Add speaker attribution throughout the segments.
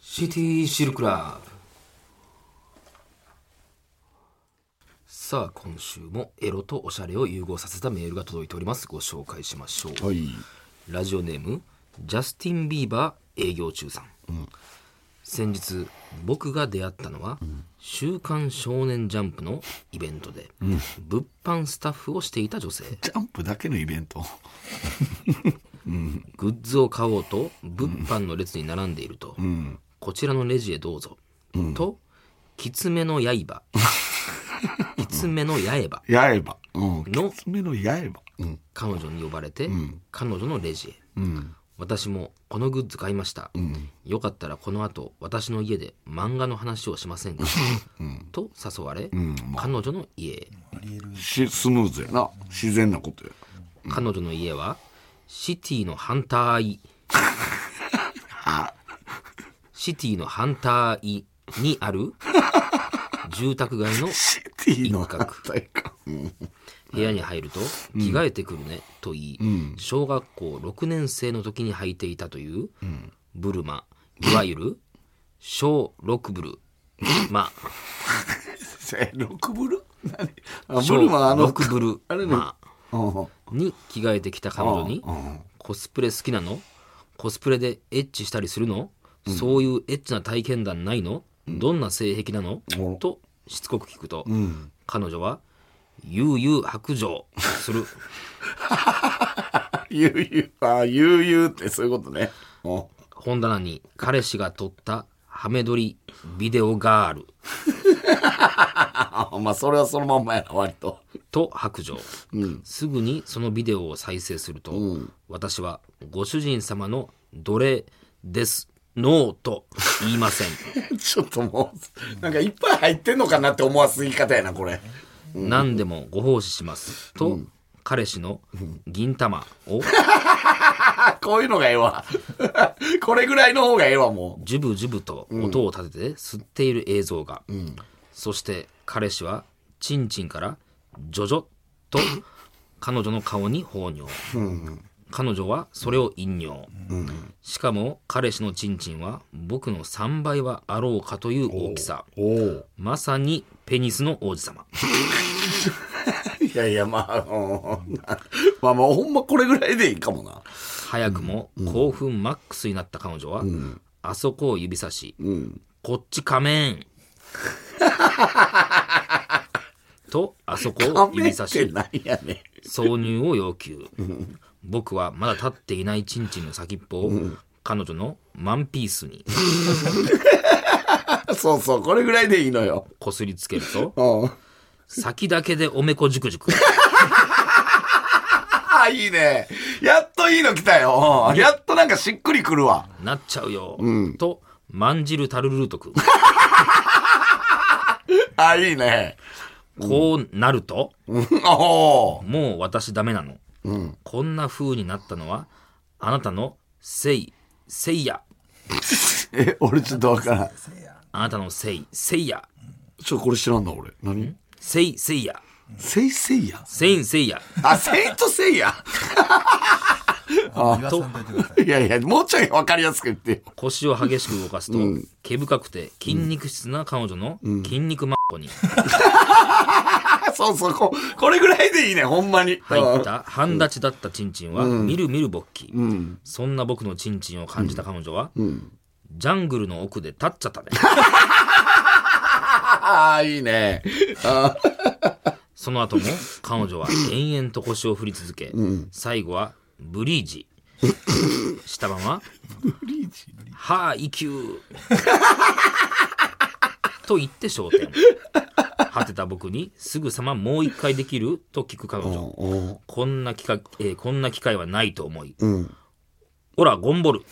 Speaker 1: シティシルクラブ。さあ、今週もエロとおしゃれを融合させたメールが届いております。ご紹介しましょう。
Speaker 2: はい。
Speaker 1: ラジオネーム、ジャスティン・ビーバー営業中さん。先日、僕が出会ったのは、週刊少年ジャンプのイベントで、物販スタッフをしていた女性。
Speaker 2: ジャンプだけのイベント。
Speaker 1: グッズを買おうと物販の列に並んでいると、こちらのレジへどうぞ、ときつめの刃 きつめの刃
Speaker 2: やえば。うん。
Speaker 1: の
Speaker 2: きつめのやえば。うん。
Speaker 1: 彼女に呼ばれて、彼女のレジへ、
Speaker 2: うん。
Speaker 1: 私もこのグッズ買いました、よかったらこの後私の家で漫画の話をしませんか、と誘われ、彼女の家へ
Speaker 2: し、スムーズやな。自然なことや。
Speaker 1: 彼女の家はシティの反対シティの反対にあ る住宅街の
Speaker 2: シティの
Speaker 1: 一角
Speaker 2: 反対か。うん。
Speaker 1: 部屋に入ると着替えてくるねと言い、小学校6年生の時に履いていたというブルマいわゆ る小6ブルマ
Speaker 2: え、6ブル何あ、ブ
Speaker 1: 小
Speaker 2: ルはあの、
Speaker 1: 6ブル
Speaker 2: あれね
Speaker 1: マ
Speaker 2: うん。
Speaker 1: に着替えてきた彼女に
Speaker 2: うん
Speaker 1: 「コスプレ好きなのコスプレでエッチしたりするの、そういうエッチな体験談ないのどんな性癖なの
Speaker 2: お
Speaker 1: としつこく聞くと、
Speaker 2: ん
Speaker 1: 彼女は「悠々白状す る」
Speaker 2: ゆうゆう、あ、ゆうゆうってそういうことね。うん。
Speaker 1: 本棚に彼氏が撮ったハメ撮りビデオガール
Speaker 2: あ、まあ、それはそのまんまやな、割と。
Speaker 1: と白状、
Speaker 2: うん。
Speaker 1: すぐにそのビデオを再生すると、
Speaker 2: うん
Speaker 1: 私はご主人様の奴隷ですノーと言いません
Speaker 2: ちょっともう、なんかいっぱい入ってんのかなって思わす言い方やな、これ。
Speaker 1: 何でもご奉仕しますと、彼氏の銀玉を
Speaker 2: あ、こういうのがええわ。これぐらいの方がええわ、も
Speaker 1: ジュブジュブと音を立てて吸っている映像が、そして彼氏はチンチンからジョジョ と彼女の顔に放尿、彼女はそれを飲尿、しかも彼氏のチンチンは僕の3倍はあろうかという大きさ
Speaker 2: う。おお。
Speaker 1: まさにペニスの王子様
Speaker 2: いやいや、まあ、うんまあまあ、ほんまこれぐらいでいいかもな。
Speaker 1: 早くも興奮マックスになった彼女は、あそこを指さし、こっち仮 面とあそこを
Speaker 2: 仮面
Speaker 1: 指
Speaker 2: っ
Speaker 1: さ
Speaker 2: て
Speaker 1: し
Speaker 2: なんやねん。
Speaker 1: 挿入を要求僕はまだ立っていないチンチンの先っぽを彼女のマンピースに
Speaker 2: そうそう、これぐらいでいいのよ。
Speaker 1: こすりつけると
Speaker 2: うん。
Speaker 1: 先だけでおめこじゅくじゅく
Speaker 2: ああ、いいね。やっといいの来たよ。うんやっとなんかしっくりくるわ。
Speaker 1: なっちゃうよ、とまんじるタルルートくん
Speaker 2: ああ、いいね。
Speaker 1: こうなると、
Speaker 2: うんおお。
Speaker 1: もう私ダメなの。こんな風になったのは、あなたのせい、せいや。
Speaker 2: え、俺ちょっとわからん。
Speaker 1: あなたのせい、せいや。
Speaker 2: ちょ、これ知らんな、俺。何
Speaker 1: せい、せいや。
Speaker 2: せいせいや。
Speaker 1: せいんせいや。
Speaker 2: あ、セイントセイヤ。
Speaker 3: 言わさんといてください。
Speaker 2: いやいや、もうちょいわかりやすく言ってよ。
Speaker 1: 腰を激しく動かすと、毛深くて筋肉質な彼女の筋肉マッコに
Speaker 2: あ、そうそう、ここれぐらいでいいね、ほんまに。
Speaker 1: 入った半立ちだったチンチンは、みるみる勃起。そんな僕のチンチンを感じた彼女は、ジャングルの奥で立っちゃったね。
Speaker 2: ああ、いいね。
Speaker 1: その後も彼女は延々と腰を振り続け、最後はブリージしたまま「はあ息休」と言って焦点果てた僕にすぐさまもう一回できると聞く彼女、
Speaker 2: お
Speaker 1: こんな機会、えーこんな機会はないと思い、
Speaker 2: ん
Speaker 1: オラゴンボル
Speaker 2: い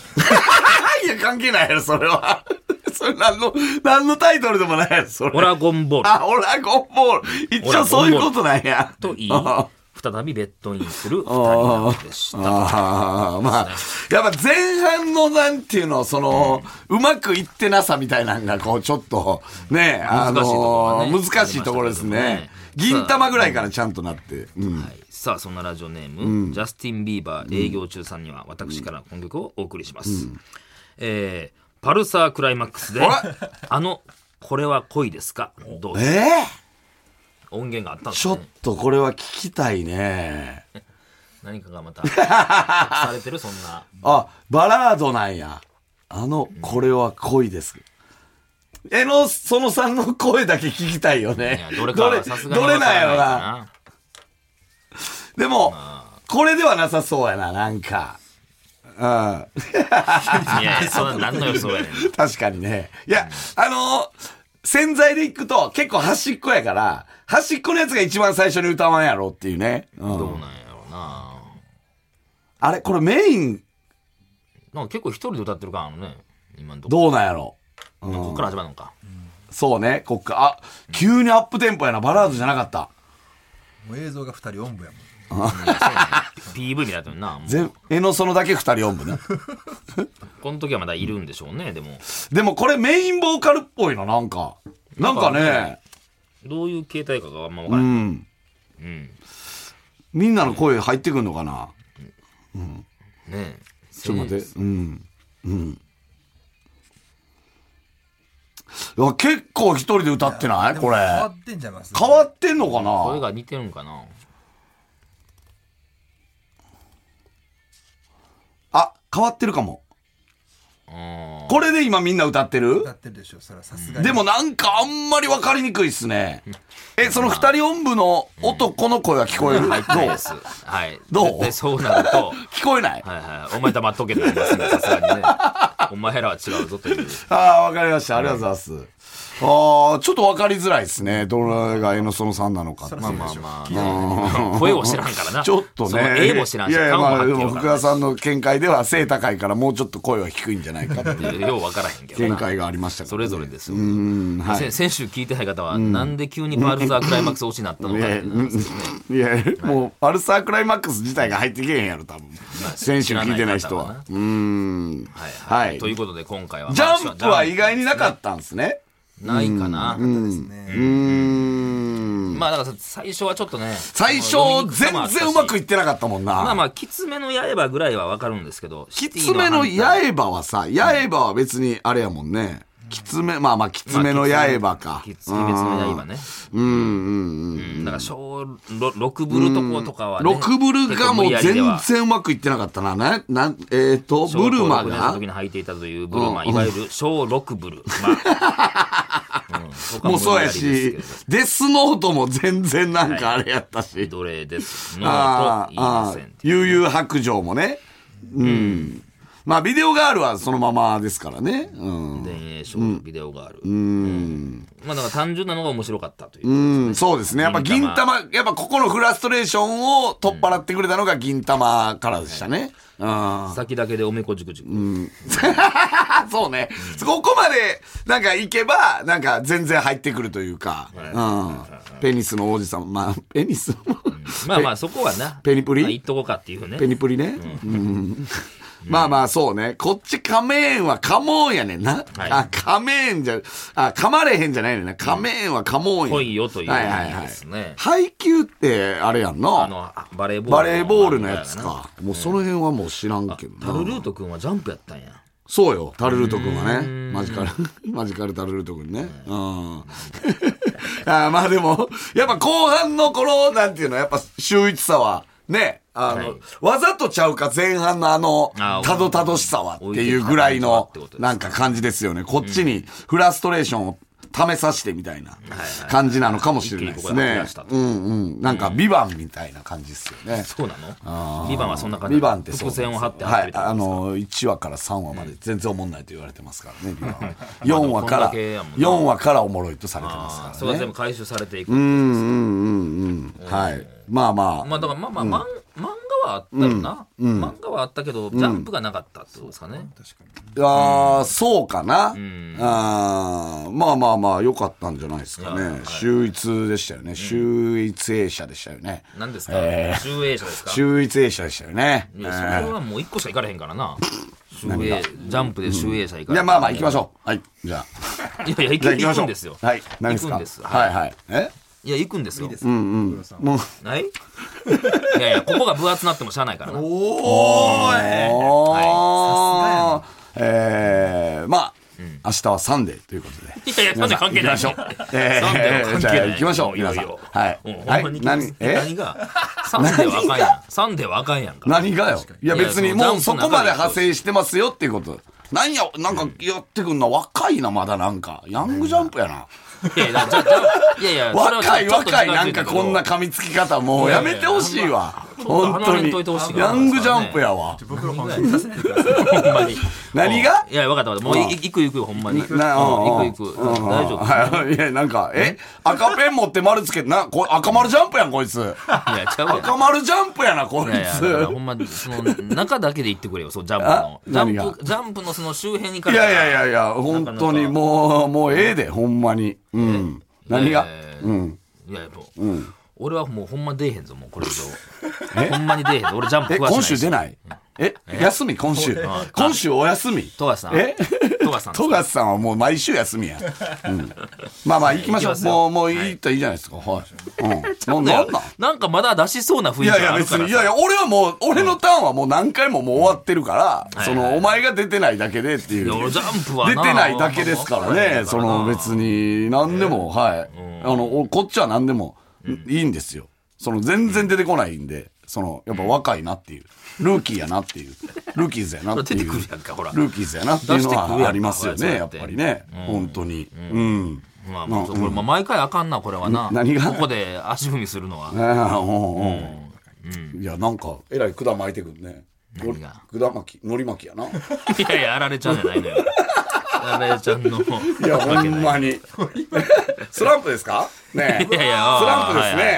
Speaker 2: や、関係ないやろ、それは。 それ、なんの、なんのタイトルでもないやろ、そ
Speaker 1: オ
Speaker 2: れ。
Speaker 1: ラゴンボル
Speaker 2: あ、オラゴンボール。
Speaker 1: オ
Speaker 2: 一
Speaker 1: ラゴンボー
Speaker 2: 応
Speaker 1: ル
Speaker 2: そういうことなんや。
Speaker 1: と言い
Speaker 2: あ
Speaker 1: 再びベッドインする二人なのでした
Speaker 2: あ、まあ、やっぱ前半のなんていうの、その、うまくいってなさみたいなのが、こう、ちょっと、ね、あ
Speaker 1: 難しいところ
Speaker 2: の
Speaker 1: はね
Speaker 2: 難しいところです
Speaker 1: ありまし
Speaker 2: ね
Speaker 1: た。けどね
Speaker 2: 銀玉ぐらいからちゃんとなって。うん
Speaker 1: はい、さあそんなラジオネーム、ジャスティン・ビーバー営業中さんには私からこの曲をお送りします、えーパルサークライマックスで
Speaker 2: あれ
Speaker 1: あの「これは恋ですか?」どう
Speaker 2: え
Speaker 1: いう
Speaker 2: え
Speaker 1: 音源があったんで
Speaker 2: ち
Speaker 1: す
Speaker 2: ょっ
Speaker 1: ね
Speaker 2: とこれは聞きたいね。
Speaker 1: 何かがまた隠されてるそんな
Speaker 2: あ、バラードなんや。あの、これは恋です。えの、そのさんの声だけ聞きたいよ
Speaker 1: い
Speaker 2: ね
Speaker 1: や。どれか
Speaker 2: どれ、
Speaker 1: はさすがに
Speaker 2: どれなんやろ
Speaker 1: わから
Speaker 2: な。でも、これではなさそうやな、なんか。うん。
Speaker 1: い やいやそんな何の予想やねん
Speaker 2: 確かにね。いや、あのー潜在で行くと結構端っこやから、端っこのやつが一番最初に歌わんやろっていうね。うん
Speaker 1: どうなんやろうな
Speaker 2: あれこれメイン
Speaker 1: なんか結構一人で歌ってる感あるね今のとこ
Speaker 2: どうなんやろ
Speaker 1: こっから始まるのか
Speaker 2: そうね、こっか。あ、急にアップテンポやな、バラードじゃなかった。
Speaker 3: もう映像が2人おんぶやもん
Speaker 1: PV みたいだったのになもう
Speaker 2: 全、えのそのだけ二人音部ね。
Speaker 1: この時はまだいるんでしょうねでも
Speaker 2: でもこれメインボーカルっぽいな、なんか。なんかね、
Speaker 1: どういう形態かがあんま分
Speaker 2: う
Speaker 1: からない
Speaker 2: ん。みんなの声入ってくんのかな
Speaker 1: ねえ
Speaker 2: ちょっと待って。うん。うん。いや、結構一人で歌ってないこれ。
Speaker 3: 変わってんじゃいます
Speaker 2: 変わってんのか
Speaker 1: 声
Speaker 2: な
Speaker 1: が似てるんかな
Speaker 2: あ、変わってるかも。
Speaker 1: うん
Speaker 2: これで今みんな歌ってる
Speaker 3: 歌ってるでしょそれはさすがに
Speaker 2: でもなんかあんまり分かりにくいっすね。え、その二人音部の男の声は聞こえるどう
Speaker 1: 入ってないですはい
Speaker 2: どう
Speaker 1: 絶対そうなると
Speaker 2: 聞こえない
Speaker 1: はいはいお前黙っとけってなりますねさすがにねお前らは違うぞという
Speaker 2: ああ、わかりました。ありがとうございます。ああ、ちょっと分かりづらいですね。どれが江のそのさんなのかっていう。
Speaker 1: まあまあまあ声を知らんからな
Speaker 2: ちょっと
Speaker 1: その
Speaker 2: ね。
Speaker 1: 絵も知らん
Speaker 2: い
Speaker 1: し
Speaker 2: やいや、
Speaker 1: 顔も
Speaker 2: ま
Speaker 1: は
Speaker 2: あ、
Speaker 1: っき
Speaker 2: で
Speaker 1: り分
Speaker 2: も
Speaker 1: か
Speaker 2: 福
Speaker 1: らん
Speaker 2: 田
Speaker 1: し
Speaker 2: さんの見解では背高いからもうちょっと声は低いんじゃない かっていう
Speaker 1: っていうよう分からへんけど
Speaker 2: 見
Speaker 1: な
Speaker 2: 解がありましたけ
Speaker 1: そ
Speaker 2: どね
Speaker 1: れぞれですよ、
Speaker 2: うん、はい。
Speaker 1: せ先週聞いてない方は、なんで急にパールザークライマックス推しになったのかっ
Speaker 2: い
Speaker 1: て
Speaker 2: や
Speaker 1: い
Speaker 2: いうや
Speaker 1: のなんですけどね、
Speaker 2: いやもうパルサークライマックス自体が入ってけへんやろ多分選手聞いてない人
Speaker 1: 知らな
Speaker 2: はい
Speaker 1: 方
Speaker 2: うーん
Speaker 1: はい
Speaker 2: は
Speaker 1: はいい、ということで今回は
Speaker 2: ジャンプは意外にな
Speaker 1: っ
Speaker 2: かったんですね
Speaker 1: たないかな、
Speaker 3: ですね
Speaker 2: うーん
Speaker 1: まあだから最初はちょっとね
Speaker 2: 最初全然うまくい
Speaker 1: っ
Speaker 2: ってなかったもん
Speaker 1: まあ
Speaker 2: な
Speaker 1: まあきつめの刃ぐらいは分かるんですけど
Speaker 2: きつめの
Speaker 1: シティハン
Speaker 2: 刃はさ刃は別にあれやもんねきつめまあまあき
Speaker 1: タ
Speaker 2: つ
Speaker 1: ー
Speaker 2: めの
Speaker 1: ま
Speaker 2: 刃
Speaker 1: あ
Speaker 2: か
Speaker 1: きつめの刃ね
Speaker 2: うんうんうん
Speaker 1: うんだから小ろ六ブルとことかはね
Speaker 2: 6ブルが
Speaker 1: 結構無
Speaker 2: もう
Speaker 1: 理やり
Speaker 2: 全
Speaker 1: では
Speaker 2: 然うまくいってなかったな。な、なん、えっ、と、
Speaker 1: 小
Speaker 2: ブ
Speaker 1: 学校
Speaker 2: ルマ
Speaker 1: 6年の
Speaker 2: が
Speaker 1: 時、に履いていたというブルマ、
Speaker 2: うん
Speaker 1: いわゆる小6ブルマ。 うんそこは
Speaker 2: もうそうや
Speaker 1: 無理り
Speaker 2: し
Speaker 1: です、
Speaker 2: デスノートも全然なんかあれやったし。
Speaker 1: けど。奴隷です。ノー
Speaker 2: あ
Speaker 1: と言
Speaker 2: ー
Speaker 1: いま
Speaker 2: あ
Speaker 1: せん
Speaker 2: ー。悠々白状もね。うん。まあ、ビデオガールはそのままですからね。うん。
Speaker 1: 田園ショートビデオがある。うんまあだから単純なのが面白かったという。
Speaker 2: うん、そうですね。やっぱ銀
Speaker 1: 銀
Speaker 2: 玉、やっぱここのフラストレーションを取っ払ってくれたのが銀玉からでしたね。うん。あ
Speaker 1: 先だけでおめこじくじく。
Speaker 2: そうね。ここまで、なんか行けば、なんか全然入ってくるというか。うん。ペニスの王子様。まあ、ペニスの、
Speaker 1: まあまあそこはな。
Speaker 2: ペニプリ
Speaker 1: まあ言っとこうかっていうね
Speaker 2: ペ。ニプリね。うんまあまあそうね。こっちカメーンはカモーンやねんな。
Speaker 1: はい
Speaker 2: あ、カメーンじゃ、あ、噛まれへんじゃないねんな。カメーンはカモーンや。
Speaker 1: 来いよという意
Speaker 2: はいはい
Speaker 1: 味
Speaker 2: はい
Speaker 1: ですね。
Speaker 2: 配給ってあれやん
Speaker 1: あ
Speaker 2: な。
Speaker 1: の、あバレーボールの。
Speaker 2: バレーボールのやつか。もうその辺はもう知らんけ
Speaker 1: タ
Speaker 2: ど
Speaker 1: ル
Speaker 2: な。
Speaker 1: ルート君はジャンプやったんや。
Speaker 2: そうよ。タルルート君はね。マジカル、 マジカルタルルート君ね。うん。 あまあでも、やっぱ後半のこの、なんていうの、やっぱ秀逸さは、ね、あの、
Speaker 1: はい
Speaker 2: わざとちゃうか前半のあの
Speaker 1: あ、ー
Speaker 2: たどたどしさはっていうぐらいの
Speaker 1: 置いてきた感じはってことで、すね
Speaker 2: なんか感じですよね。こっちにフラストレーションを試させてみたいな感じなのかもしれないで
Speaker 1: 一気
Speaker 2: す
Speaker 1: にここで吐き
Speaker 2: ね
Speaker 1: 出した。と
Speaker 2: うんうん。なんか、ビバンみたいな感じですよね。
Speaker 1: そうなのビバンはそんな感じ
Speaker 2: ビバンってそう
Speaker 1: 伏線を張って張っ
Speaker 2: は
Speaker 1: て
Speaker 2: い
Speaker 1: みた
Speaker 2: あ
Speaker 1: いな。
Speaker 2: の1話から3話まで全然おもんないと言われてますからねビバン は4話か
Speaker 1: まあ
Speaker 2: ら
Speaker 1: でもこんだけやもんな
Speaker 2: 4話からおもろいとされてます
Speaker 1: あー
Speaker 2: か
Speaker 1: それ
Speaker 2: ら
Speaker 1: は全
Speaker 2: ね
Speaker 1: 部回収されていく。
Speaker 2: うんうんうんうんはいまあま
Speaker 1: ま
Speaker 2: あ
Speaker 1: あだからまあまあ、まん漫画はあったよな、漫画はあったけどジャンプがなかったってことですかね、
Speaker 2: あーそうかなあーまあまあまあ良かったんじゃないですかね秀逸でしたよね秀逸映写でしたよね
Speaker 1: なん、何ですか
Speaker 2: えー
Speaker 1: 集英社ですか
Speaker 2: 秀逸映写でしたよね
Speaker 1: いやそれはもう一個しか行かれへんからな集英ジャンプで集英社行か
Speaker 2: い
Speaker 1: れ
Speaker 2: やまあまあ行きま
Speaker 1: し
Speaker 2: しょうはいじゃあ
Speaker 1: いやいや行
Speaker 2: じゃあ
Speaker 1: く
Speaker 2: 行きま
Speaker 1: 行
Speaker 2: し
Speaker 1: く
Speaker 2: ょ
Speaker 1: ん
Speaker 2: う
Speaker 1: ですよ、
Speaker 2: はい何です
Speaker 1: 行
Speaker 2: か
Speaker 1: くんです
Speaker 2: はいはいえ
Speaker 1: い、や行くんですよ
Speaker 3: ですうんうん
Speaker 2: もう
Speaker 1: はい いやいやここが分厚なってもしゃあないからな
Speaker 2: おーい、えーまあ明日はサンデーということで。
Speaker 1: いやいや
Speaker 2: 皆さん
Speaker 1: サンデー関係ない
Speaker 2: 行きましょう。
Speaker 1: サンデーは関係ない
Speaker 2: じゃあ行きましょう、
Speaker 1: いよ
Speaker 2: 皆
Speaker 1: い
Speaker 2: さん。
Speaker 1: よ
Speaker 2: はい
Speaker 1: うん。ほ
Speaker 2: は
Speaker 1: んまに
Speaker 2: い。
Speaker 1: 何
Speaker 2: 何、え
Speaker 1: 何がサンデーはあかんやんサンデーはあかんやんか
Speaker 2: 何がよ。いや
Speaker 1: いや
Speaker 2: 別に
Speaker 1: その
Speaker 2: もうそこまで
Speaker 1: ダン
Speaker 2: 派
Speaker 1: スの
Speaker 2: 生してますよっていうこと。何や、なんかやってくんな、若いな、まだなんか。ヤングジャンプやな。
Speaker 1: いやいやじゃあじゃあいやいやそれはちょ
Speaker 2: 若い
Speaker 1: ちょっと
Speaker 2: 若い
Speaker 1: 近づ
Speaker 2: なん
Speaker 1: て
Speaker 2: か
Speaker 1: るけど
Speaker 2: こんな噛みつき方もうやめてほしいわ。本
Speaker 1: 離
Speaker 2: 当
Speaker 1: れん
Speaker 2: に
Speaker 1: といてほしい。から
Speaker 2: ヤングジャンプやわ。
Speaker 3: 僕の本心させないでください。
Speaker 1: ほんまに
Speaker 2: 何が
Speaker 1: いや分かった分かったもういいくいくほんまにうんいくいく
Speaker 2: なうんうん
Speaker 1: 大丈夫
Speaker 2: はいいや、なんか、え赤ペン持って丸つけて、な、こ赤丸ジャンプやん、こいつ。
Speaker 1: いや違うやん
Speaker 2: 赤丸ジャンプやな、こい
Speaker 1: いやいや、だからほ
Speaker 2: つ。
Speaker 1: んま、その、中だけで言ってくれよ、そう、ジャンプの
Speaker 2: あ。
Speaker 1: ジ
Speaker 2: 何
Speaker 1: ャ
Speaker 2: が
Speaker 1: ンプ、ジャンプのその周辺に
Speaker 2: いやいやいや
Speaker 1: や、
Speaker 2: いや、本当にもう、もうええで、ほんまに。うん。何が
Speaker 1: えー
Speaker 2: うん。
Speaker 1: いや、もう、俺はもうほんま出えへんぞ、もうこれ 以上。ほんまに出えへんぞ、俺ジャンプ
Speaker 2: え、
Speaker 1: 詳しくないし。
Speaker 2: 今週出ないえ、休み、今週。今週お休み。
Speaker 1: 富樫さん。
Speaker 2: え
Speaker 1: 富樫さん。
Speaker 2: 富樫さんはもう毎週休みや。うんまあまあ行きましょ
Speaker 1: 行きま
Speaker 2: う。
Speaker 1: すよ
Speaker 2: もう、もういいったらいいじゃないですか。 はい。うん。ななんなん
Speaker 1: なんかまだ出しそうな雰
Speaker 2: い
Speaker 1: 囲気
Speaker 2: やい
Speaker 1: が
Speaker 2: や
Speaker 1: ある
Speaker 2: 別
Speaker 1: から
Speaker 2: に、
Speaker 1: さ。
Speaker 2: いやいや、俺はもう、俺のターンはもう何回ももう終わってるから、そ
Speaker 1: はいはい
Speaker 2: の、お前が出てないだけでっていう。
Speaker 1: いや俺ジャンプは
Speaker 2: 出
Speaker 1: な
Speaker 2: てないだけですからね、その
Speaker 1: に。
Speaker 2: 別に、何でも、はい。あの、おこっちは何でもいいんですよ。その、全然出てこないんで、その、やっぱ若いなっていう、ルーキーやなっていう、ルーキーズやなっていう。
Speaker 1: 出てくるやんかほら
Speaker 2: ルーキーズやなっていうの
Speaker 1: 出してくるやん
Speaker 2: は
Speaker 1: か
Speaker 2: ありますよ
Speaker 1: そう
Speaker 2: ね、
Speaker 1: や
Speaker 2: や
Speaker 1: っ
Speaker 2: ってぱりね。本当に。うん。
Speaker 1: まあ、まあ、これ、まあ、毎回あかんな、これはな。
Speaker 2: 何が
Speaker 1: ここで足踏みするのは。
Speaker 2: ああ、うんうん。いや、なんか、えらい管巻いてくるね。
Speaker 1: 何が
Speaker 2: 管巻き、海苔巻き やな。
Speaker 1: いやいや、あられちゃんじゃないのよ。 あられちゃんの。
Speaker 2: いや、ほん まに。スランプですかね
Speaker 1: いやいや
Speaker 2: スランプです
Speaker 1: はい
Speaker 2: ね
Speaker 1: はいはい。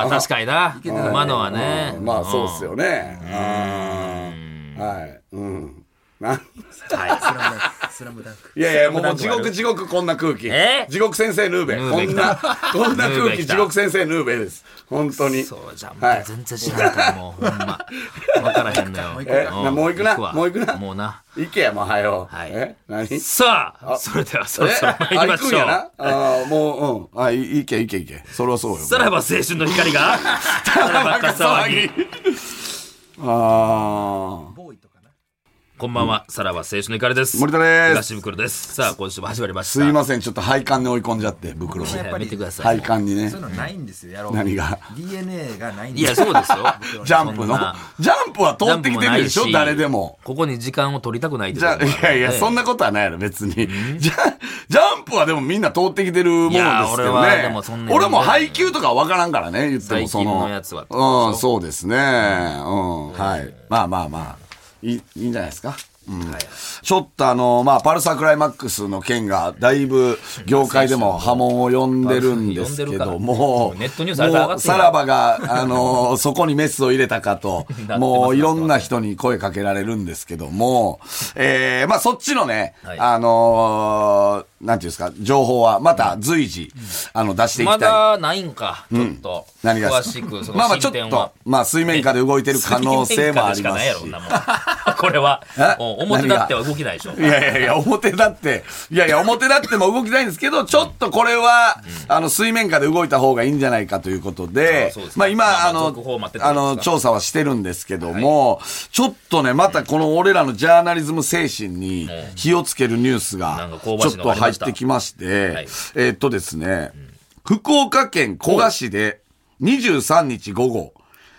Speaker 1: ああ、確かにな。今のは
Speaker 2: ー
Speaker 1: ね。
Speaker 2: まあ、そうっすよね。あーはい。うん。なん
Speaker 1: は
Speaker 3: スラムダンク。
Speaker 2: いやいや、もう地獄地獄こんな空気
Speaker 1: え。
Speaker 2: 地獄先生ヌーベ。
Speaker 1: ヌーベ
Speaker 2: こ
Speaker 1: 来
Speaker 2: ん
Speaker 1: た
Speaker 2: な、こんな
Speaker 1: ヌー
Speaker 2: 空
Speaker 1: ベ来
Speaker 2: 気、
Speaker 1: た
Speaker 2: 地獄先生ヌーベです。本当
Speaker 1: い。
Speaker 2: に。
Speaker 1: そうじゃん。
Speaker 2: はい
Speaker 1: 全然知らんからもう、ほ んま。わからへんのよ。
Speaker 2: え
Speaker 1: ん
Speaker 2: もう行くな
Speaker 1: わ
Speaker 2: もう行くな
Speaker 1: もうな。
Speaker 2: いけや、もうはよ。
Speaker 1: はい
Speaker 2: え何
Speaker 1: さあ、それではそろそろ参りましょう。。
Speaker 2: ああ、もう、うん。あ、いいけ、いけ、いけ。それはそうよ。
Speaker 1: さらば青春の光 が、さらばか騒ぎ。
Speaker 2: あ
Speaker 3: ボーイとかな。
Speaker 1: こんばんは、さらば青春の光です。
Speaker 2: あ。森田です。
Speaker 1: 東袋です。さあ、今週も始まりました。
Speaker 2: すいません、ちょっと配管に追い込んじゃって、袋を。
Speaker 1: いややめてください。
Speaker 2: 配管にね
Speaker 3: そうい。うのないんですよ、やろう。
Speaker 2: 何が
Speaker 3: DNA がないん
Speaker 1: いや、そうですよ。
Speaker 2: ジャンプ
Speaker 1: そん
Speaker 2: の
Speaker 1: な。
Speaker 2: ジャンプは通ってき
Speaker 1: ジャンプ
Speaker 2: てるでし
Speaker 1: もない
Speaker 2: ょ
Speaker 1: し
Speaker 2: 誰でも。
Speaker 1: ここに時間を取りたくないとい
Speaker 2: じゃ、いやいや、そん
Speaker 1: な
Speaker 2: なことはないやろ、別に。じゃ、ジャンプはでもみんな通ってきてるものですけど
Speaker 1: いや俺はで
Speaker 2: ね
Speaker 1: もそん。な
Speaker 2: 俺も配給とかわからんからね、言ってもそ
Speaker 1: 最近
Speaker 2: の。
Speaker 1: のやつはってことでしょ
Speaker 2: うん、そうですね。うん、はい。まあまあまあ、いい、いいんじゃないですか。うん。ちょっとあの、まあ、パルサークライマックスの件が、だいぶ、業界でも波紋を呼んでるんですけ
Speaker 1: も
Speaker 2: ども
Speaker 1: う、ネットニュースあれ上がってるから
Speaker 2: もうさらばが、あ の、そこにメスを入れたかと
Speaker 1: ってま、す
Speaker 2: もういろんな人に声かけられるんですけども、えー、まあそっちのね、
Speaker 1: はい
Speaker 2: あのーなんていうんですか、情報はまた随時、あの、出していきた
Speaker 1: ま
Speaker 2: い。
Speaker 1: だないんか、ちょっと。
Speaker 2: 何が
Speaker 1: 詳
Speaker 2: です
Speaker 1: し
Speaker 2: か
Speaker 1: く、そ
Speaker 2: まあま
Speaker 1: の
Speaker 2: あち
Speaker 1: 進
Speaker 2: ょっ
Speaker 1: 展
Speaker 2: と
Speaker 1: は。、
Speaker 2: まあ水面下で動いてる可能性もあ
Speaker 1: 水面。下でし
Speaker 2: りますし
Speaker 1: かないやろんなもん これは、もう表立っては動きないでしょ。
Speaker 2: いやいやいや、表だって、いやいや、表だっても動きたいんですけど、ちょっとこれは、あの、水面下で動いた方がいいんじゃないかということ
Speaker 1: あ
Speaker 2: で
Speaker 1: そうです、か
Speaker 2: まあ
Speaker 1: まあまあ
Speaker 2: 今、あ
Speaker 1: 続報を待っ
Speaker 2: の
Speaker 1: て、た
Speaker 2: あ
Speaker 1: んです
Speaker 2: の、
Speaker 1: か
Speaker 2: 調査はしてるんですけども、ちょっとね、またこの俺らのジャーナリズム精神に火をつけるニュース
Speaker 1: なん
Speaker 2: が
Speaker 1: か、
Speaker 2: ちょ
Speaker 1: 香ばし
Speaker 2: っ
Speaker 1: いのがあ
Speaker 2: と
Speaker 1: りま
Speaker 2: 入っ
Speaker 1: した
Speaker 2: てきまして、
Speaker 1: はい
Speaker 2: えーっとですね、福岡県古賀市で23日午後、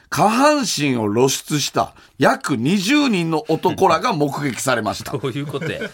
Speaker 2: 下半身を露出した約20人の男らが目撃されました。
Speaker 1: どういうことや。どういう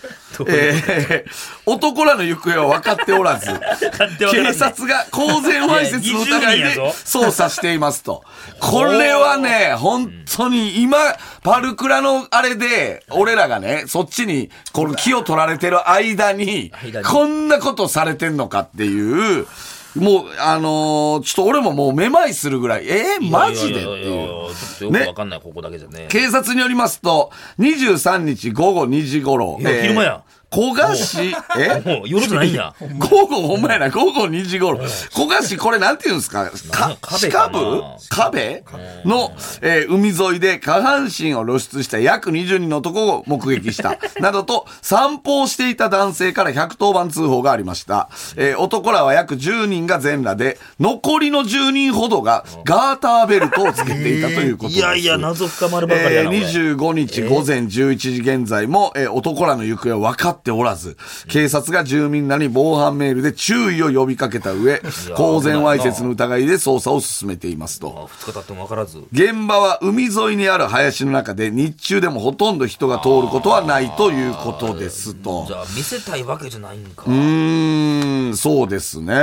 Speaker 2: えー男らの行方は分かっておらず、
Speaker 1: 勝手わからんね
Speaker 2: 警察が公然わいせつの疑い
Speaker 1: いや20
Speaker 2: で
Speaker 1: 人やぞ
Speaker 2: 捜査していますと。これはね、本当に今、パルクラのあれで、俺らがね、そっちに、この気を取られてる間に
Speaker 1: 間に、
Speaker 2: こんなことされてんのかっていう、もう、あのーちょっと俺ももうめまいするぐらい、えー、マジでって
Speaker 1: ややや
Speaker 2: いう。
Speaker 1: やちょっとよくわかんない、ここだけじゃね。
Speaker 2: 警察によりますと、23日午後2時頃、
Speaker 1: いや昼間や
Speaker 2: 古賀市、え
Speaker 1: もう夜じゃないん や。
Speaker 2: 午後、ほんまやな、午後2時頃。古賀市、これなんて言うんですか
Speaker 1: なん
Speaker 2: か
Speaker 1: か、壁か
Speaker 2: 鹿
Speaker 1: な
Speaker 2: 部壁の、えー海沿いで下半身を露出した約20人の男を目撃した。などと、散歩をしていた男性から110番通報がありました。えー男らは約10人が全裸で、残りの10人ほどがガーターベルトをつけていたということです。
Speaker 1: いやいや、謎深まるばかりやな。
Speaker 2: え
Speaker 1: これ
Speaker 2: ー25日午前11時現在も、えー男らの行方は分かっっておらず、警察が住民らに防犯メールで注意を呼びかけた上、公然わいせつの疑いで捜査を進めていますと。
Speaker 1: あ2日経っても分からず
Speaker 2: 現場は海沿いにある林の中で日中でもほとんど人が通ることはないということですと
Speaker 1: じ。ゃあ見せたいわけじゃないんか、
Speaker 2: うーん、そうですね。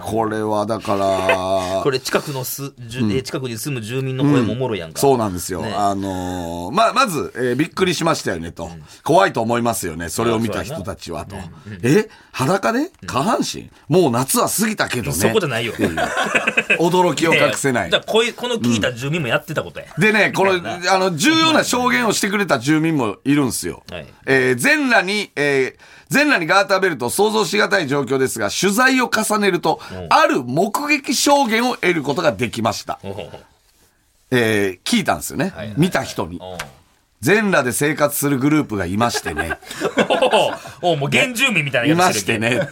Speaker 2: これはだから、
Speaker 1: これ近くのす、じゅえー近くに住む住民の声もおもろいやんか、
Speaker 2: そうなんですよ。
Speaker 1: ね
Speaker 2: あのーまあ、まず、えーびっくりしましたよねと、怖いと思いますよね。それを見た人たちはと。え裸で下半身、もう夏は過ぎたけどね。
Speaker 1: そこじゃないよ
Speaker 2: ってう驚きを隠せない
Speaker 1: ね。だからこういうこの聞いた住民もやってたことや、
Speaker 2: でね、この、あの、重要な証言をしてくれた住民もいるんですよ。
Speaker 1: はい
Speaker 2: えー全裸に、えー全裸にガーターベルトを想像しがたい状況ですが、取材を重ねると、ある目撃証言を得ることができました。
Speaker 1: おうおう
Speaker 2: えー聞いたんですよね。見た人に。
Speaker 1: おう
Speaker 2: 全裸で生活するグループがいまして ね。
Speaker 1: おうおうもう原住民みたい
Speaker 2: い
Speaker 1: な
Speaker 2: ま
Speaker 1: やつ
Speaker 2: し
Speaker 1: してる
Speaker 2: てね。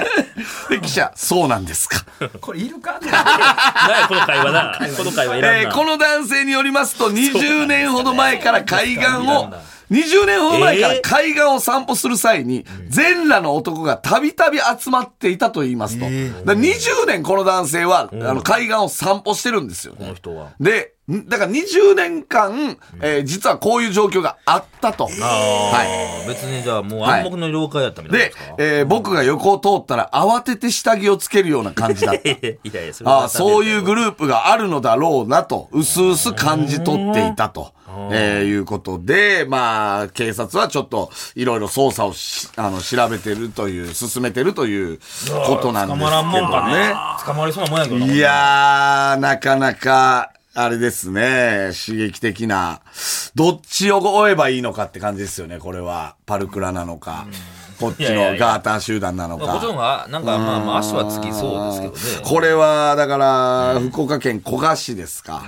Speaker 2: で、記者、そうなんですか。
Speaker 3: これいるか
Speaker 1: なんやこの会話 なこの会話いらんな、
Speaker 2: えーこの男性によりますと、20年ほど前から海岸を、20年ほど前から海岸を散歩する際に、全裸の男がたびたび集まっていたと言いますと。だから20年この男性は、あの、海岸を散歩してるんですよ
Speaker 1: こ
Speaker 2: ね
Speaker 1: の。人は
Speaker 2: で、んだから20年間、えー実はこういう状況があったと。はい。
Speaker 1: あ別にじゃあもう暗黙の了解やったみたいなん
Speaker 2: で
Speaker 1: ですか、、
Speaker 2: えー僕が横を通ったら慌てて下着をつけるような感じだ った。
Speaker 1: いやいやそれ
Speaker 2: あ
Speaker 1: は
Speaker 2: あそういうグループがあるのだろうなと、うすうす感じ取っていたと、えーいうことで、まあ、警察はちょっといろいろ捜査をしあの調べてるという、進めてるということなんです
Speaker 1: 捕まらんもんかね
Speaker 2: け
Speaker 1: 捕まりそうなもんやけどな
Speaker 2: どね。いやー、なかなか、あれですね、刺激的な、どっちを追えばいいのかって感じですよね、これは。パルクラなのか、こっち
Speaker 1: いやいや
Speaker 2: の
Speaker 1: いや
Speaker 2: ガーター集団なのか。
Speaker 1: まあこっちの方がなんかまあまあ足はつきそうですけどね
Speaker 2: これは、だから、福岡県古賀市ですか。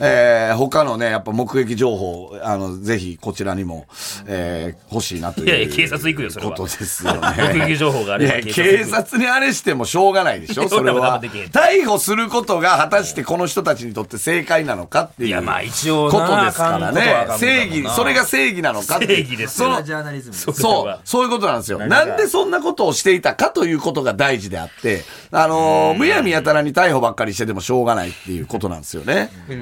Speaker 2: えー、他のね、やっぱ目撃情報、あの、ぜひこちらにも、えー、欲しいなという。
Speaker 1: いやいや警察行くよそれは。
Speaker 2: ことですよね
Speaker 1: 目撃情報があれば
Speaker 2: いや
Speaker 1: 警察行く
Speaker 2: 警察にあれしてもしょうがないでし
Speaker 1: い
Speaker 2: ょ、
Speaker 1: や
Speaker 2: それ
Speaker 1: そんなこ
Speaker 2: は。
Speaker 1: とできへん
Speaker 2: 逮捕することが果たしてこの人たちにとって正解なのかっていう。
Speaker 1: いやまあ一応な
Speaker 2: ことですから
Speaker 1: あかん
Speaker 2: ね
Speaker 1: ことはあかん。
Speaker 2: 正義
Speaker 1: もん、な
Speaker 2: それが正義なのかっていう
Speaker 1: 正義です
Speaker 2: そ
Speaker 1: よ
Speaker 2: の
Speaker 3: なジャーナリズムです
Speaker 1: そ
Speaker 2: そ
Speaker 1: れは
Speaker 2: う、そういうことなんですよ。なんでそんなことをしていたかということが大事であって、あのーむやみやたらに逮捕ばっかりしててもしょうがないっていうことなんですよね。
Speaker 1: 目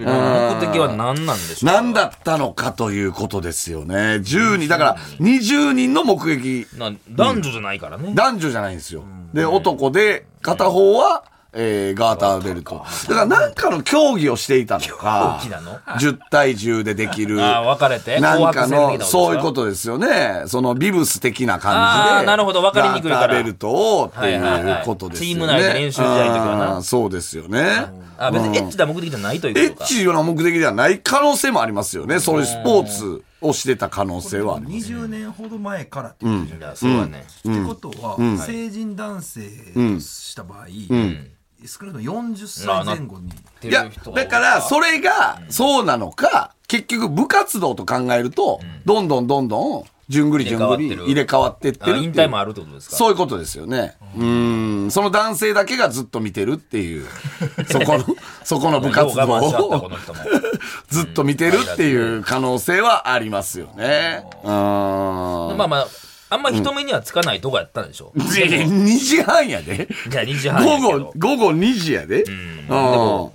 Speaker 1: 的は何なんでしょう
Speaker 2: 何だったのかということですよね。10人、だから20人の目撃、
Speaker 1: な男女じゃないからね、
Speaker 2: 男女じゃないんですよ。で、男で、片方は、えーガーターベルト。だからなんかの競技をしていたのか
Speaker 1: 競技なの、
Speaker 2: 10対10でできる。
Speaker 1: ああ分かれて
Speaker 2: なんか
Speaker 1: 紅白戦的なこと
Speaker 2: の、
Speaker 1: です
Speaker 2: そういうことですよね。そのビブス的な感じ
Speaker 1: あー
Speaker 2: で。
Speaker 1: なるほどわかりにくいから
Speaker 2: ガーターベルトをってい
Speaker 1: はいはいはいう
Speaker 2: ことですよね。
Speaker 1: チーム内で練習試合の時はな
Speaker 2: あーそうですよね。
Speaker 1: あ別にエッチな目的じゃないと
Speaker 2: エ
Speaker 1: いうこと
Speaker 2: ッ
Speaker 1: か
Speaker 2: チような目的ではない可能性もありますよね。そういうスポーツをしてた可能性はあります。
Speaker 3: 20年ほど前からって言ってるじゃないです
Speaker 1: そうだね、
Speaker 3: か。ってことは、成人男性とした場合、少なくとも40歳前後に。
Speaker 1: い
Speaker 2: いや、だから、それが、そうなのか、結局部活動と考えると、どんどんどんどん、じゅんぐりじゅんぐり入れ替わってってるっていう。
Speaker 1: 引退もあるってことですか
Speaker 2: そういうことですよね。うん。その男性だけがずっと見てるっ ていう、そこの、そこの部活動
Speaker 1: よう我慢しちゃったこ
Speaker 2: を
Speaker 1: の人も
Speaker 2: ずっと見てるっていう可能性はありますよね。うん。
Speaker 1: まあまああんま人目にはつかないとこやったんでしょう、
Speaker 2: 2時半やで。
Speaker 1: じゃあ2時半や
Speaker 2: 午
Speaker 1: けど
Speaker 2: 後、午後2時やで。うん。午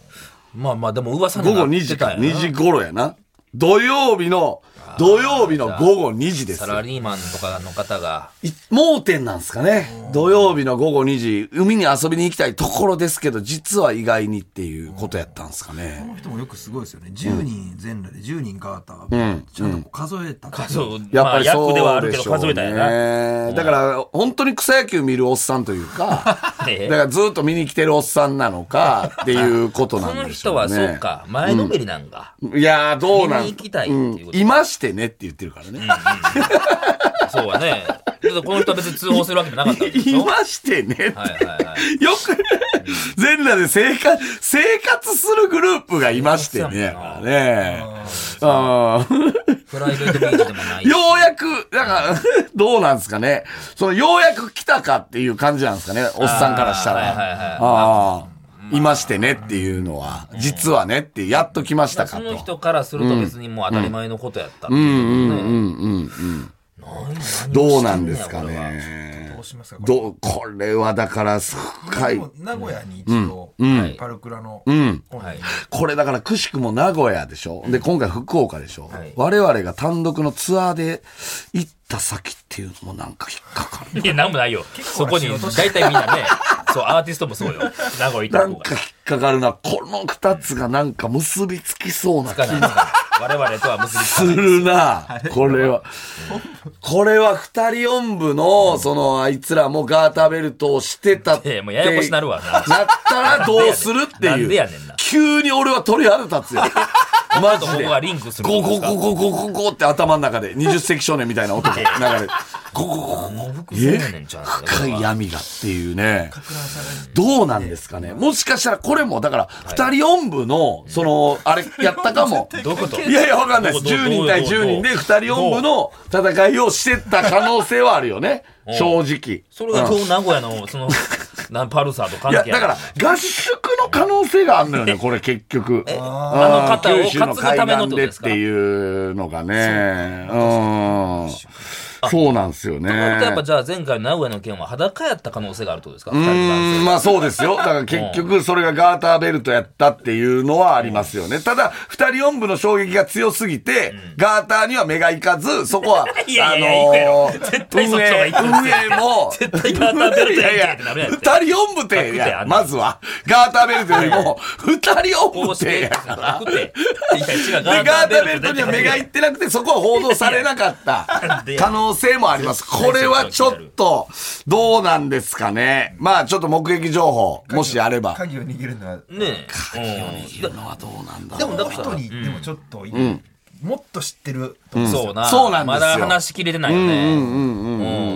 Speaker 1: まあまあでも噂にな
Speaker 2: 後
Speaker 1: っ
Speaker 2: 2
Speaker 1: て
Speaker 2: 時
Speaker 1: た
Speaker 2: か。
Speaker 1: んや
Speaker 2: 2
Speaker 1: な
Speaker 2: 時頃やな。土曜日の、土曜日の午後2時です
Speaker 1: サ
Speaker 2: よ。
Speaker 1: ラリーマンとかの方が
Speaker 2: い盲点なんですかね。土曜日の午後2時、海に遊びに行きたいところですけど、実は意外にっていうことやったんですか
Speaker 3: こ
Speaker 2: ね。
Speaker 3: の人もよくすごいですよね。10人全裸で10人ガーター。ちゃんと数えた。
Speaker 1: そう
Speaker 2: やっぱり
Speaker 1: まあ役
Speaker 2: そうで
Speaker 1: ではあるけ
Speaker 2: し
Speaker 1: ど
Speaker 2: ょう
Speaker 1: 数えたんやな、
Speaker 2: ね。だから、本当に草野球見るおっさんというか、だか
Speaker 1: ええ
Speaker 2: らずっと見に来てるおっさんなのかっていうことな
Speaker 1: そ
Speaker 2: ん
Speaker 1: の
Speaker 2: でし
Speaker 1: 人
Speaker 2: ょう ね。
Speaker 1: はそうか前のめりなんか、
Speaker 2: いやー、どうなん
Speaker 1: 見に行きたいっていうこと
Speaker 2: うんいましてねって言ってるからね。
Speaker 1: そうはねちょっとこの人は別に通報するわけじゃなかったわけでし
Speaker 2: い
Speaker 1: ょ
Speaker 2: ましてねって。
Speaker 1: はいはいはい
Speaker 2: よく、全裸で生活、生活するグループがいましてね。
Speaker 1: 生
Speaker 2: や
Speaker 1: 活
Speaker 2: からね。あー
Speaker 1: プライベートビーチでもない
Speaker 2: ようやく、だから、 どうなんですかね。その、ようやく来たかっていう感じなんですかね。おっさんからした
Speaker 1: は
Speaker 2: ら。
Speaker 1: いはいはい
Speaker 2: あーいましてねっていうのは、実はねって、やっと来ましたか
Speaker 1: そ
Speaker 2: と。
Speaker 1: の人からすると別にもう当たり前のことやったっていううね
Speaker 2: んうんうんうんうん。どうなんですかね
Speaker 3: どうしますかこれ
Speaker 2: どうこれはだから深
Speaker 3: で
Speaker 2: い
Speaker 3: も名古屋に一度、
Speaker 1: ん
Speaker 3: パルクラの、
Speaker 1: はい
Speaker 2: これだからくしくも名古屋でしょで今回福岡でしょ、
Speaker 1: はい
Speaker 2: 我々が単独のツアーで行った先っていうのもなんか引っかかる
Speaker 1: いや、なんもないよ。そこに、大体みんなね、そう、アーティストもそうよ。名古屋行った
Speaker 2: な
Speaker 1: 方
Speaker 2: ん
Speaker 1: が。
Speaker 2: か引っかかるなこの2つがなんか結びつきそうな
Speaker 1: つかないですから。我々とは結びつ
Speaker 2: す
Speaker 1: かない。
Speaker 2: るなこれは。これは二人四部の、その、あいつらもガーターベルトをしてたっ
Speaker 1: いやい
Speaker 2: て。
Speaker 1: やもうややこしなるわな
Speaker 2: なったらどうするって
Speaker 1: なんで
Speaker 2: い
Speaker 1: や
Speaker 2: う
Speaker 1: ねんな。
Speaker 2: 急に俺は鳥肌立 つよ。マ
Speaker 1: と
Speaker 2: ジ
Speaker 1: こ
Speaker 2: で
Speaker 1: こ。がリンクする
Speaker 2: ゴ
Speaker 1: ん
Speaker 2: ゴ
Speaker 1: ですか
Speaker 2: ゴゴゴゴゴって頭の中で、20世紀少年みたいな音が流れて。ゴゴゴゴゴ。
Speaker 1: もう複数やねんちゃうの
Speaker 2: 深い闇がっていうね。どうなんですかね。もしかしたらこれも、だから、二人四部の、その、あれ、やったかも。
Speaker 1: どういうこと
Speaker 2: いやいや、わかんないです。
Speaker 1: どうどう
Speaker 2: 10人対
Speaker 1: どうど
Speaker 2: 10
Speaker 1: う
Speaker 2: 人で2人4部の戦いをしてった可能性はあるよね。
Speaker 1: ん
Speaker 2: 正直。
Speaker 1: それが東名古屋の、その、なパルサーと関
Speaker 2: いや、
Speaker 1: 係
Speaker 2: だから、合宿の可能性があるの よね、これ結局。
Speaker 1: あの
Speaker 2: あー
Speaker 1: 方を
Speaker 2: 九州
Speaker 1: 担
Speaker 2: の海
Speaker 1: ぐためのってこ
Speaker 2: 岸
Speaker 1: と
Speaker 2: でっ
Speaker 1: です
Speaker 2: て
Speaker 1: か
Speaker 2: いうのがね。うん。そうなんですよ
Speaker 1: と
Speaker 2: ね。
Speaker 1: いうことはやっぱじゃあ前回の名古屋の件は裸やった可能性があるってことですか
Speaker 2: う
Speaker 1: 二人の男
Speaker 2: ーん、
Speaker 1: 性
Speaker 2: まあそうですよ。だから結局それがガーターベルトやったっていうのはありますよね。ただ、二人四部の衝撃が強すぎて、ガーターには目がいかず、そこは、あの
Speaker 1: いやいやいやいや絶対そっちの方がいいって
Speaker 2: 運営運営も、
Speaker 1: 絶対ガーターベルトやんけってなるやん
Speaker 2: 二人四部って、い
Speaker 1: 確定
Speaker 2: や
Speaker 1: あんな
Speaker 2: まずは、ガーターベルトよりも、二人四部
Speaker 1: こう
Speaker 2: っ
Speaker 1: してて
Speaker 2: や
Speaker 1: じ
Speaker 2: か
Speaker 1: ゃ
Speaker 2: ら
Speaker 1: な。くていや 違う
Speaker 2: で、ガーターベルトには目がい
Speaker 1: い
Speaker 2: ってなくて、そこは報道されなかった
Speaker 1: なんでや
Speaker 2: 可能性もあります。これはちょっと、どうなんですかね。まあ、ちょっと目撃情報、もしあれば。
Speaker 3: 鍵を握るのは、
Speaker 1: ねえ
Speaker 2: いるのはどうなんだ
Speaker 3: で
Speaker 2: ろう
Speaker 3: も、だから人に、でもちょっと、もっと知ってると思う
Speaker 1: うんん
Speaker 3: ですよ
Speaker 1: そうな
Speaker 2: そうなんです
Speaker 1: ま
Speaker 2: よ
Speaker 1: だ話しきれてないよね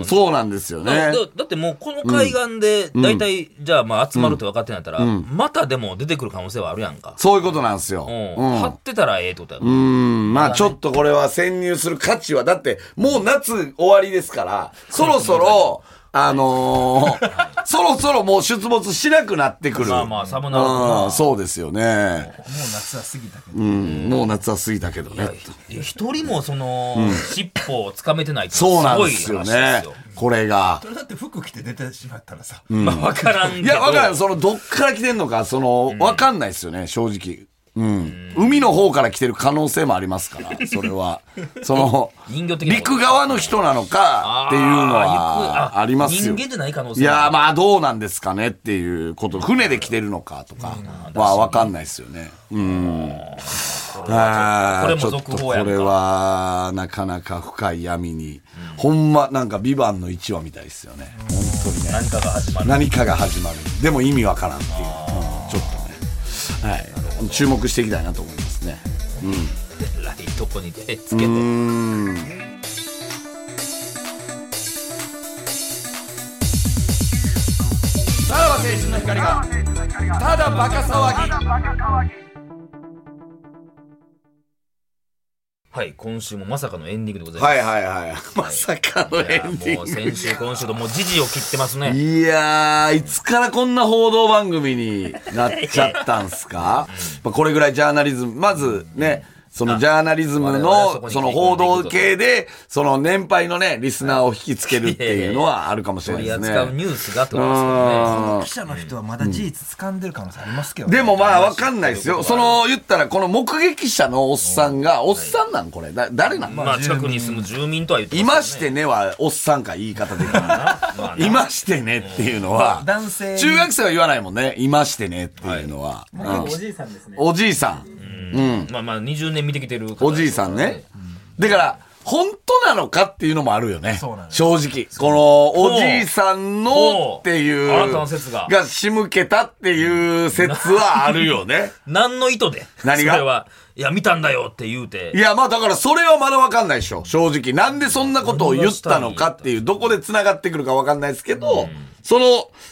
Speaker 2: うんそうなんですよね
Speaker 1: だ。だだってもうこの海岸で大体じゃあまあ集まるって分かってんやったらまたでも出てくる可能性はあるやんか
Speaker 2: そういうことなんですよ。
Speaker 1: う
Speaker 2: うんん
Speaker 1: 張ってたらええってことやろ
Speaker 2: うん、まあちょっとこれは潜入する価値は、だってもう夏終わりですから、そろそ ろ、あの ー、そろそろもう出没しなくなってくる。
Speaker 1: まあまあ寒なるから
Speaker 2: うん、そうですよね。
Speaker 3: もう夏は過ぎたけど、
Speaker 2: うん、もう夏は過ぎたけどね。
Speaker 1: いや一人もその尻尾をつかめてないってす
Speaker 2: そうなん
Speaker 1: ご
Speaker 2: で
Speaker 1: い
Speaker 2: す
Speaker 1: 話で
Speaker 2: よ
Speaker 1: す
Speaker 2: ね
Speaker 1: よ。
Speaker 2: これが
Speaker 3: そ。れだって服着て出てしまったらさ、
Speaker 1: まあ分からんけど
Speaker 2: いや、わかんない。その、どっから来てんのか、その、わかんないですよね、正直。うん。海の方から来てる可能性もありま すから、それは。その、
Speaker 1: 人形的なこと
Speaker 2: 陸側の人なのか、っていうの
Speaker 1: あー陸
Speaker 2: は、ありますよ。
Speaker 1: 人間じゃない可能性
Speaker 2: い
Speaker 1: もあ
Speaker 2: や
Speaker 1: る
Speaker 2: まあどうなんですかねっていうこと船で来てるのかとかは分かんないですよねうんあ
Speaker 1: これ
Speaker 2: ー
Speaker 1: も
Speaker 2: ちょっと
Speaker 1: 続報
Speaker 2: こ
Speaker 1: やんか
Speaker 2: れはなかなか深い闇にほんまなんか「ビバンの1話みたいですよね本当にね
Speaker 1: 何かが始まる
Speaker 2: 何かが始まるでも意味わからんっていう、うんちょっとね、はい、注目していきたいなと思いますね
Speaker 1: らいとこに手つけて
Speaker 2: うんさらば青春の光がただバカ騒ぎ
Speaker 1: はい今週もまさかのエンディングでございます
Speaker 2: はいはいはいまさかの
Speaker 1: い
Speaker 2: エ
Speaker 1: や
Speaker 2: ンディ
Speaker 1: もう
Speaker 2: ング
Speaker 1: 先週今週ともう時事を切ってますね
Speaker 2: いやー、いつからこんな報道番組になっちゃったんすかまあこれぐらいジャーナリズム、まずね、そのジャーナリズム
Speaker 1: 我々はそこ
Speaker 2: の、
Speaker 1: に
Speaker 2: その報道系で、その年配のね、リスナーを引きつけるっていうのはあるかもしれな
Speaker 1: 取
Speaker 2: い
Speaker 1: り
Speaker 2: ですね。
Speaker 1: 扱うニュースがってことですよね
Speaker 2: うん
Speaker 3: 記者の人はまだ事実掴んでる可能性ありますけどね、
Speaker 2: でもまあわかんないですよ。その言ったらこの目撃者のおっさんが、おっさんなんこれ、だ誰なん、
Speaker 1: まあ近くに住む住民とは言って
Speaker 2: いまして
Speaker 1: ね
Speaker 2: ねはおっさんか言い方でき
Speaker 1: まあ
Speaker 2: ない。いましてねっていうのは、
Speaker 3: 男性に
Speaker 2: 中学生は言わないもんね。いましてねっていうのは。うん
Speaker 4: おじいさんですね。
Speaker 2: おじいさん。
Speaker 1: まあまあ20年見てきてる方
Speaker 2: おじいさんね。だから、本当なのかっていうのもあるよね
Speaker 3: そうなん。です
Speaker 2: 正直。この、おじいさんの
Speaker 1: ほ
Speaker 2: っ
Speaker 1: う
Speaker 2: ていう、
Speaker 1: 新たな説が
Speaker 2: が仕向けたっていう説はあるよね。
Speaker 1: 何の意図で
Speaker 2: 何が
Speaker 1: それはいや見たんだよって言うて
Speaker 2: いや、まあだからそれはまだわかんないでしょ。正直。なんでそんなことを言ったのかっていう、どこで繋がってくるかわかんないですけど、その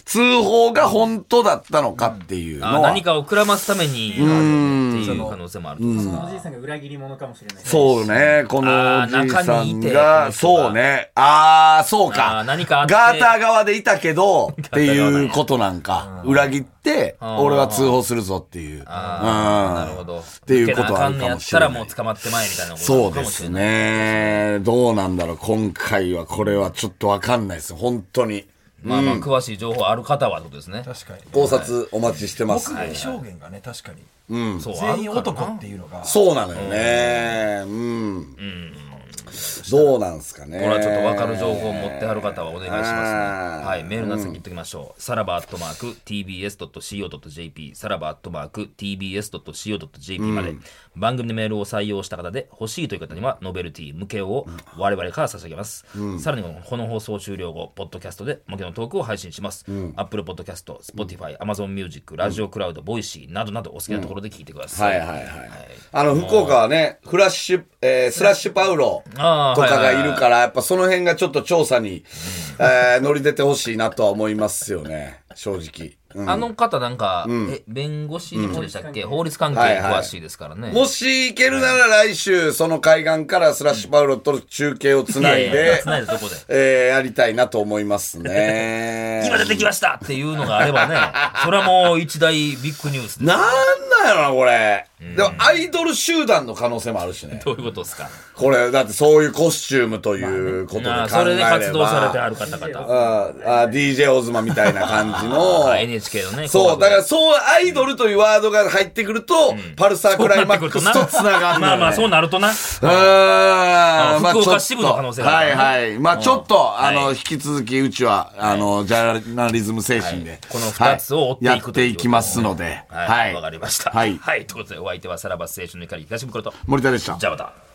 Speaker 2: 通報が本当だったのかっていう
Speaker 1: あ
Speaker 2: のは
Speaker 1: 何。かをくらますためにっていう可能性もあるってことです
Speaker 4: お
Speaker 1: か
Speaker 4: じいさんが裏切り者かもしれない。
Speaker 2: そうね、このお
Speaker 1: あー
Speaker 2: じいさ
Speaker 1: 中に
Speaker 2: ん
Speaker 1: いて
Speaker 2: が、そうね。ああ、そう
Speaker 1: あ
Speaker 2: か。
Speaker 1: ー何かあって
Speaker 2: ガーター側でいたけど、っていうことなんか。裏切って、
Speaker 1: ー
Speaker 2: 俺は通報するぞっていう。うん。
Speaker 1: あーなるほど
Speaker 2: っていうことことは
Speaker 1: か
Speaker 2: あ
Speaker 1: ん
Speaker 2: る
Speaker 1: の
Speaker 2: か
Speaker 1: や
Speaker 2: も
Speaker 1: っ
Speaker 2: したれ
Speaker 1: ら
Speaker 2: ない。
Speaker 1: もう捕まって前みたいなこと
Speaker 2: そう
Speaker 1: か
Speaker 2: で
Speaker 1: もし
Speaker 2: す
Speaker 1: れない。
Speaker 2: ね。どうなんだろう、今回は、これはちょっとわかんないです。本当に。
Speaker 1: まあまあ、詳しい情報ある方はってことですね。
Speaker 3: 確かに
Speaker 2: 考察お待ちしてます。
Speaker 3: 目撃証言がね確かに
Speaker 1: そう、
Speaker 3: 全員
Speaker 1: あるから
Speaker 3: 男っていうのが
Speaker 2: そうなのよね。うん。どうなんすかね。
Speaker 1: これはちょっと分かる情報を持ってはる方はお願いしますね。
Speaker 2: うん
Speaker 1: はい、メールの先に言っておきましょう。さらばアットマーク tbs.co.jp、さらばアットマーク tbs.co.jp まで、番組でメールを採用した方で欲しいという方には、ノベルティ無形を我々から差し上げます。さらにこの放送終了後、ポッドキャストで無形のトークを配信します。Apple Podcast、Spotify、Amazon Music、ラジオクラウド、ボイシーなどなどお好きなところで聞いてくださ。
Speaker 2: はいいはいはい。あの、福岡はね、フラッシュ、えースラッシュパウロと
Speaker 1: あー
Speaker 2: かが
Speaker 1: はい
Speaker 2: い
Speaker 1: はい
Speaker 2: る
Speaker 1: はい
Speaker 2: から、やっぱその辺がちょっと調査に、えー乗り出てほしいなとは思いますよね。正直。うん
Speaker 1: あの方なんか、え、弁護士の人でしたっけ、法律関係
Speaker 2: はいはい
Speaker 1: 詳しいですからね。
Speaker 2: もし行けるなら来週、その海岸からスラッシュパウロと中継をつない
Speaker 1: いやいや
Speaker 2: で
Speaker 1: つ、ないでどこで。。
Speaker 2: えーやりたいなと思いますね
Speaker 1: 今出てきましたっていうのがあれ ばね、それはもう一大ビッグニュースです。
Speaker 2: なんなんやろな、これ。でも、アイドル集団の可能性もあるしね。
Speaker 1: どういうことですか
Speaker 2: これ、だってそういうコスチュームということで考え
Speaker 1: あ
Speaker 2: れば。
Speaker 1: あそれで活動されてある方
Speaker 2: う
Speaker 1: 々。
Speaker 2: んあ DJ オズマみたいな感じ の。
Speaker 1: あ NHK のね、
Speaker 2: そう、だから
Speaker 1: そ
Speaker 2: そう、アイドルというワードが入ってくると、パルサークライマックスとつながるのよね。
Speaker 1: まあまあ、 そうなるとな。
Speaker 2: あーまあ
Speaker 1: 福岡
Speaker 2: ちょっと
Speaker 1: 支部の可能性があるから
Speaker 2: はいはい。まあちょっと、あの、
Speaker 1: は
Speaker 2: 引き続き、うちは、あの、ジャーナリズム精神で、
Speaker 1: はいこの二つを追っていく
Speaker 2: はいや
Speaker 1: ということ
Speaker 2: っ
Speaker 1: で
Speaker 2: ていきますので、
Speaker 1: はい。わかりました。
Speaker 2: はい。
Speaker 1: はい。ということで、お相手はさらば青春の光東袋と。
Speaker 2: 森田でした。
Speaker 1: じゃあまた。